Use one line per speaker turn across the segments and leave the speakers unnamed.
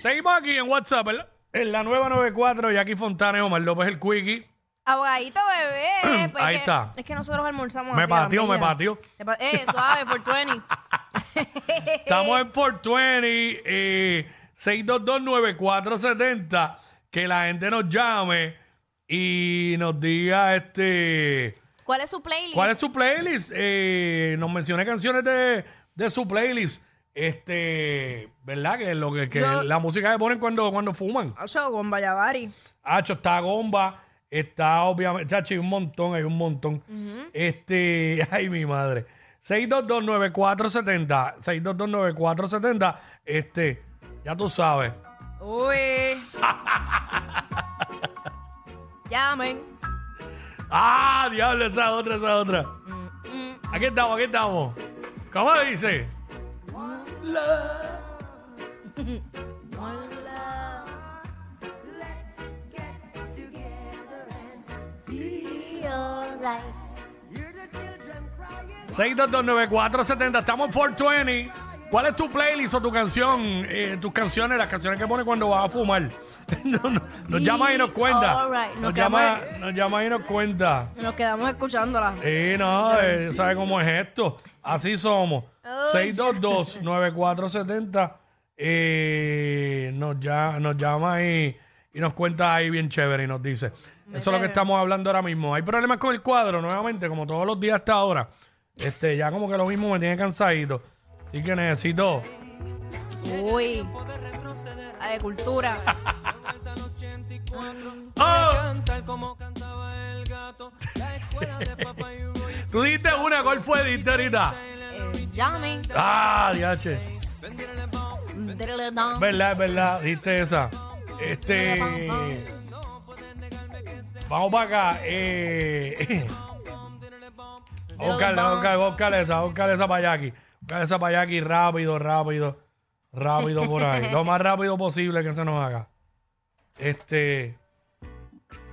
Seguimos aquí en WhatsApp, ¿verdad? En la nueva 94, Jackie Fontane, Omar López, el Quickie.
Abogadito bebé. pues,
Ahí
es que-
está.
Es que nosotros almorzamos
Me
así a las
pateó, me
millas.
pateó.
Te pa- Eh, suave, 420. Eh.
Estamos en 420, eh, 6229470. Que la gente nos llame y nos diga este
¿Cuál es su playlist?
cuál es su playlist. Eh, nos mencione canciones de, de su playlist. Este, ¿verdad? Que lo que, que
Yo-
la música que ponen cuando, cuando fuman.
Ocho, con Bayavari.
Hacho, está Gomba, está obviamente, chacho, hay un montón, hay un montón. Este, ay, mi madre. 6229470, 6229470, este, ya tú sabes.
Uy. Llamen.
Ah, diablo, esa otra, esa otra.
Mm,
Aquí estamos, aquí estamos. ¿Cómo dice?
alright.
6229470, estamos en 420. ¿Cuál es tu playlist o tu canción? eh, tus canciones, las canciones que pones cuando vas a fumar. nos, nos llama y nos cuenta.
All right, nos
Nos, llama,
quedamos-
nos llama y nos cuenta.
Nos quedamos escuchándola.
Sí, no, eh, sabe cómo es esto. Así somos. 622-9470. Eh, nos, ya- nos llama y, y nos cuenta ahí bien chévere y nos dice. Eso es lo que estamos hablando ahora mismo. Hay problemas con el cuadro, nuevamente, como todos los días hasta ahora. Este, ya como que lo mismo me tiene cansadito. Así que necesito.
Uy. Ay, cultura.
¡Oh! Tú diste una, ¿cuál fue? Diste ahorita.
Eh, llamen.
Ah, diache.
Dele, dan.
Verdad, es verdad, diste esa. Este. Vamos para acá. Eh. Vamos a buscarle, vamos a buscarle, vamos a buscarle esa, vamos a buscarle esa para allá aquí. Buscarle esa para allá aquí rápido, rápido. Rápido por ahí. Lo más rápido posible que se nos haga. Este.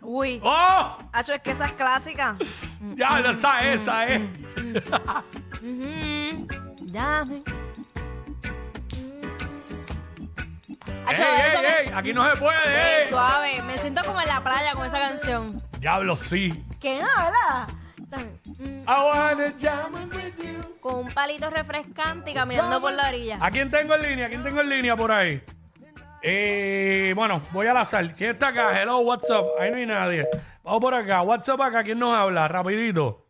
Uy.
¡Oh!
Hacho, es que esa es clásica.
Ya, esa, esa, eh.
Ujú. Llamen.
¡Ey,
Hacho, eso
ey,
me-
ey! Aquí no se puede,
Eh,
eh.
suave, me siento como en la playa con esa canción.
Diablo, sí.
¿Qué nada?
I wanna jam and
Con un palito refrescante y caminando por la orilla.
¿A quién tengo en línea? ¿A quién tengo en línea por ahí? Eh, bueno, voy al azar. ¿Quién está acá? Hello, WhatsApp. Ahí no hay nadie. Vamos por acá. WhatsApp acá. ¿Quién nos habla? Rapidito.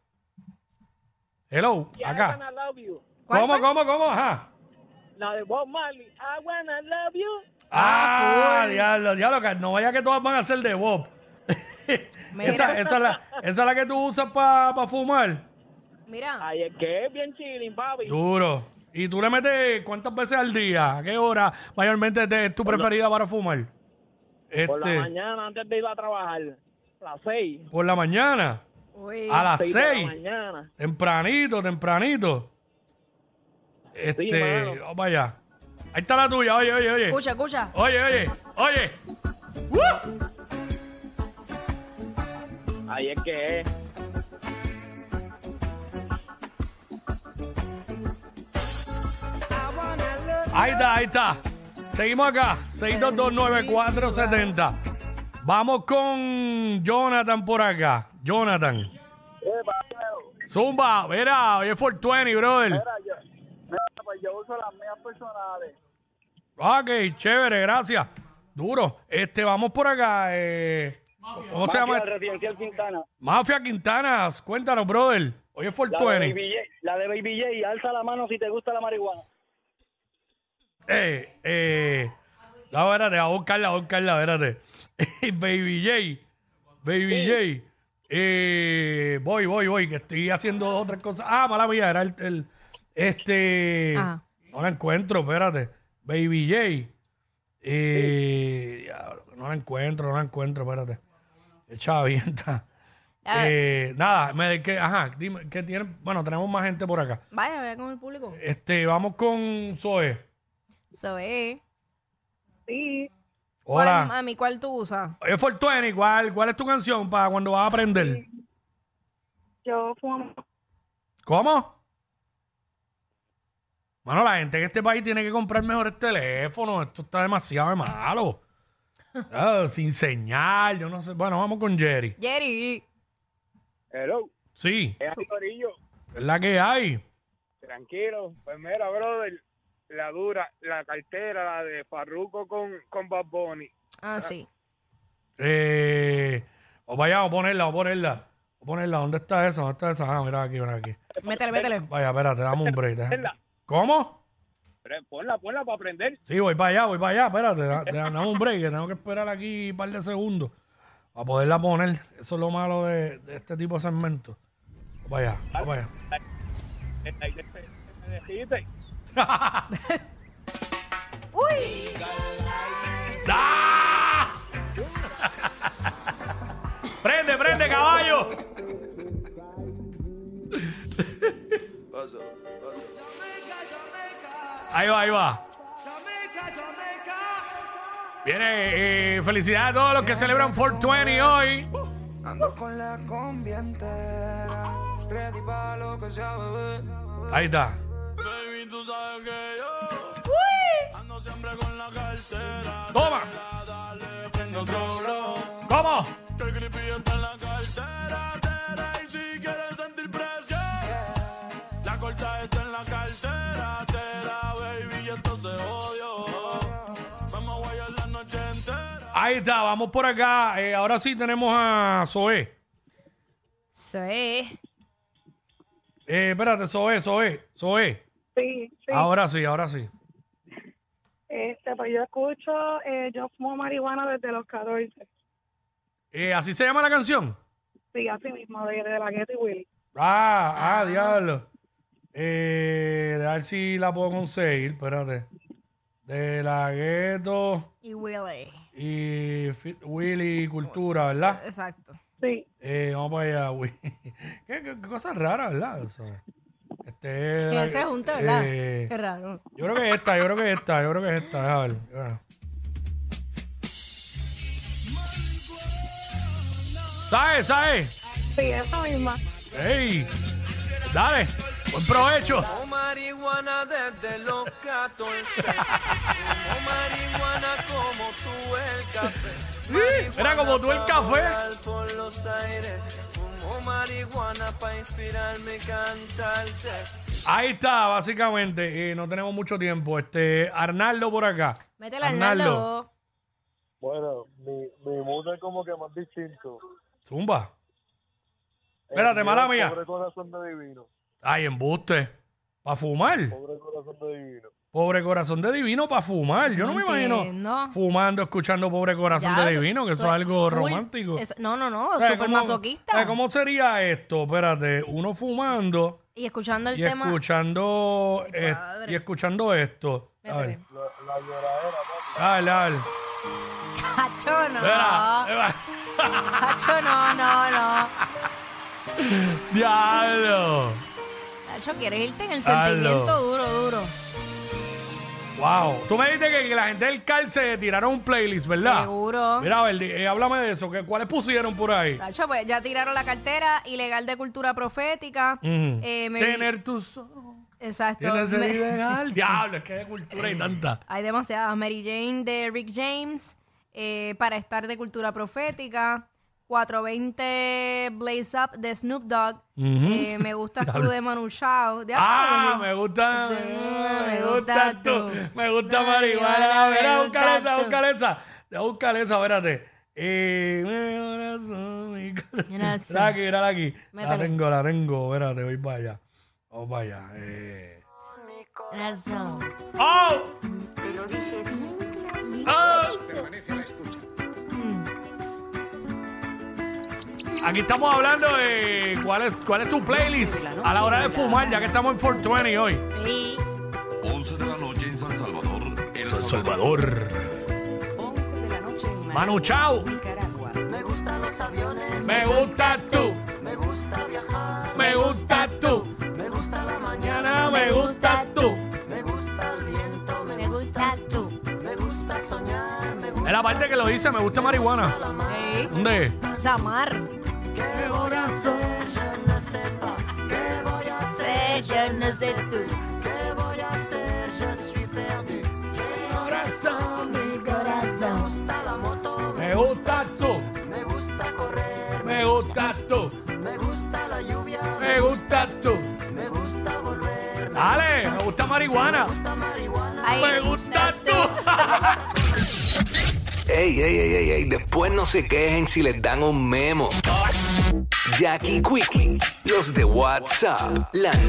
Hello,
I
acá.
wanna love you.
¿Cuál
¿Cómo,
fue?
cómo, cómo? Ajá.
La de Bob Marley. I wanna love you.
Ah, diablo, diablo, que no vaya que todas van a ser de Bob.
Mira.
esa, esa es la, esa es la que tú usas para fumar.
Mira,
Ay, es que es bien chilling, papi.
Duro. ¿Y tú le metes cuántas veces al día? ¿A qué hora mayormente te- es tu preferida para fumar? Este,
Por la mañana, antes de ir a trabajar. A las seis.
Por la mañana.
uy,
A las
Seis de la
6.
mañana.
Tempranito, tempranito. Este,
mano.
vamos allá. Ahí está la tuya, oye, oye, oye.
escucha, escucha.
Oye, oye, oye. ¡Uh!
Ay, es que es.
Ahí está, ahí está. Seguimos acá. 6229470. Vamos con Jonathan por acá. Jonathan. Zumba, verá, hoy es 420, brother.
yo, pues yo uso las mías personales.
Ok, chévere, gracias. Duro. Este, vamos por acá. eh, ¿Cómo se llama?
Residencial Quintana.
Mafia Quintanas, cuéntanos, brother. Hoy es 420.
J. La de Baby J. Alza la mano si te gusta la marihuana.
Eh, eh. No, espérate, a buscarla, a buscarla, espérate. Eh, Baby J. Baby J. Eh, voy, voy, voy, que estoy haciendo otras cosas. Ah, mala mía, era el. el- este.
Ajá.
No la encuentro, espérate. Baby J. Eh, diablo, no la encuentro, no la encuentro, espérate. Chavienta.
A ver.
Eh, nada, me, que, ajá, dime, que tienen, bueno, tenemos más gente por acá.
Vaya, vaya con el público.
Este, vamos con Zoe.
Eso es.
Sí.
eh, ¿Cuál,
Hola.
mami, cuál tú usas?
Oye, Fortuny, ¿cuál, ¿cuál es tu canción para cuando vas a aprender?
Yo fumo
¿Cómo? Bueno, la gente en este país tiene que comprar mejores teléfonos. Esto está demasiado de malo. Ah, sin señal, yo no sé. Bueno, vamos con Jerry.
Jerry.
Hello,
Sí,
es ahí, Corillo.
es la que hay.
Tranquilo. Pues mira, brother, la dura, la cartera, la de Farruco con, con Bad Bunny.
Ah, sí.
Eh, o vaya, vamos a ponerla, vamos a ponerla. Vamos a ponerla. ¿Dónde está esa? ¿Dónde está esa? Ah, mira aquí, mira aquí.
Métele, métele.
Vaya, espérate, dame un break. déjame- ¿Cómo?
Pero Ponla, ponla para aprender.
Sí, voy para allá, voy para allá. Espérate, da- da- dame un break. que Tengo que esperar aquí un par de segundos para poderla poner. Eso es lo malo de, de este tipo de segmento. Vaya, vaya.
Ahí se- se me dijiste.
Uy.
¡Ah! prende, prende, caballo. Ahí va, ahí va. Viene, eh, felicidades a todos los que celebran 420 hoy.
Ando con la combi entera, ready pa' lo que sea, bebé.
Ahí está.
Baby, tú sabes que yo ando siempre con la cartera.
Toma.
Dale, prende otro blow.
¿Cómo?
Que el creepy está en la cartera, tera, y si quieres sentir presión, la corta está en la cartera, tera, baby, y esto se odió. Vamos a guayar la noche entera.
Ahí está, vamos por acá. Eh, ahora sí tenemos a Zoe.
Sí.
Eh, espérate, Zoe, Zoe, Zoe.
Sí, sí.
Ahora sí, ahora sí.
Este, pues yo escucho, eh, yo fumo marihuana desde los 14.
Eh, ¿Así se llama la canción?
Sí, así mismo, de, de la Getty Willy.
Ah, ah, diablo. Eh, a ver si la puedo conseguir, espérate. De la gueto
Y Willy.
y Fit- Willy Cultura, ¿verdad?
Exacto.
Sí,
Eh, vamos para allá, Willy. qué, qué- qué cosa rara, ¿verdad? Eso. Este,
Que
la-
se junta, ¿verdad?
eh,
Qué raro.
yo creo que es esta, yo creo que es esta, yo creo que es esta. A ver, ah. ¿Sabes? ¿Sabes?
sí, esa misma.
¡Ey! Dale, buen provecho.
O marihuana desde los 14. O marihuana como tú el café.
Era como tú el
Marihuana pa'
café.
volar Por los aires. Fumo marihuana para inspirarme y cantarte.
Ahí está, básicamente. Eh, no tenemos mucho tiempo. Este, Arnaldo por acá.
Métele, Arnaldo.
Bueno, mi, mi mundo es como que más distinto.
Zumba. Espérate, mala
Mío,
mía.
Pobre corazón de divino.
Ay, embuste. Para fumar.
Pobre corazón de divino.
Pobre corazón de divino para fumar. Yo no, me imagino
entiendo.
fumando, escuchando pobre corazón
Ya,
de
tú-
divino, que eso
tú-
es algo
full-
romántico.
eso- no, no, no.
¿Sabes
Súper
cómo-
masoquista.
sabes ¿Cómo sería esto? Espérate, uno fumando
Y escuchando el
y
tema.
escuchando
Ay,
eh,
padre.
y escuchando esto. A ver.
Métele.
La, la lloradera, papi.
Dale, dale.
Cacho, no. Ah.
Espera, espera.
Cacho, no, no, no.
Diablo.
Cacho, quieres irte en el
Hazlo.
sentimiento duro, duro.
Wow. Tú me dijiste que, que la gente del CAL se tiraron un playlist, ¿verdad?
Seguro.
Mira, a ver, di- eh, háblame de eso. que- ¿Cuáles pusieron por ahí?
Tacho, pues ya tiraron la cartera ilegal de cultura profética.
Mm.
Eh, me-
Tener tus ojos.
Exacto.
Tienes
Me-
el ideal. Diablo, es que de cultura hay tanta.
Hay demasiadas. Mary Jane de Rick James. eh, para estar de cultura profética. 420 Blaze Up de Snoop Dogg.
Ujú.
eh, me gustas tú de Manu Chao. Diablo,
Ah,
Benny.
me gusta.
Mm,
Me gusta tú. Me gusta marihuana.
me
Verá,
gusta
búscale esa,
tú.
búscale esa. Ya, búscale esa, espérate. Eh, mi corazón, mi corazón. Mírala
Corazón.
aquí, mírala aquí. La
Métele.
tengo, la tengo. Espérate, voy para allá. Vamos para allá. Eh.
Eso.
¡Oh! ¡Oh! Mm. Aquí estamos hablando de cuál es, cuál es tu playlist a la hora de fumar, ya que estamos en 420 hoy.
Sí.
11 de la noche en San Salvador. El
Salvador. Manu Chao. Me gustas tú. Me gustas tú. Me gustas tú.
Me gustas tú.
Es la parte que lo dice, me gusta marihuana.
Sí.
¿Dónde? es?
Samar. Sé, yo no sé tú. ¿Qué voy a hacer?
Me gustas tú. Me gustas tú. Me gustas tú. Dale, me gusta marihuana.
Ahí.
Me gustas tú.
Ey, ey, ey, ey, ey, después no se quejen si les dan un memo. Jackie Quickie, los de WhatsApp, la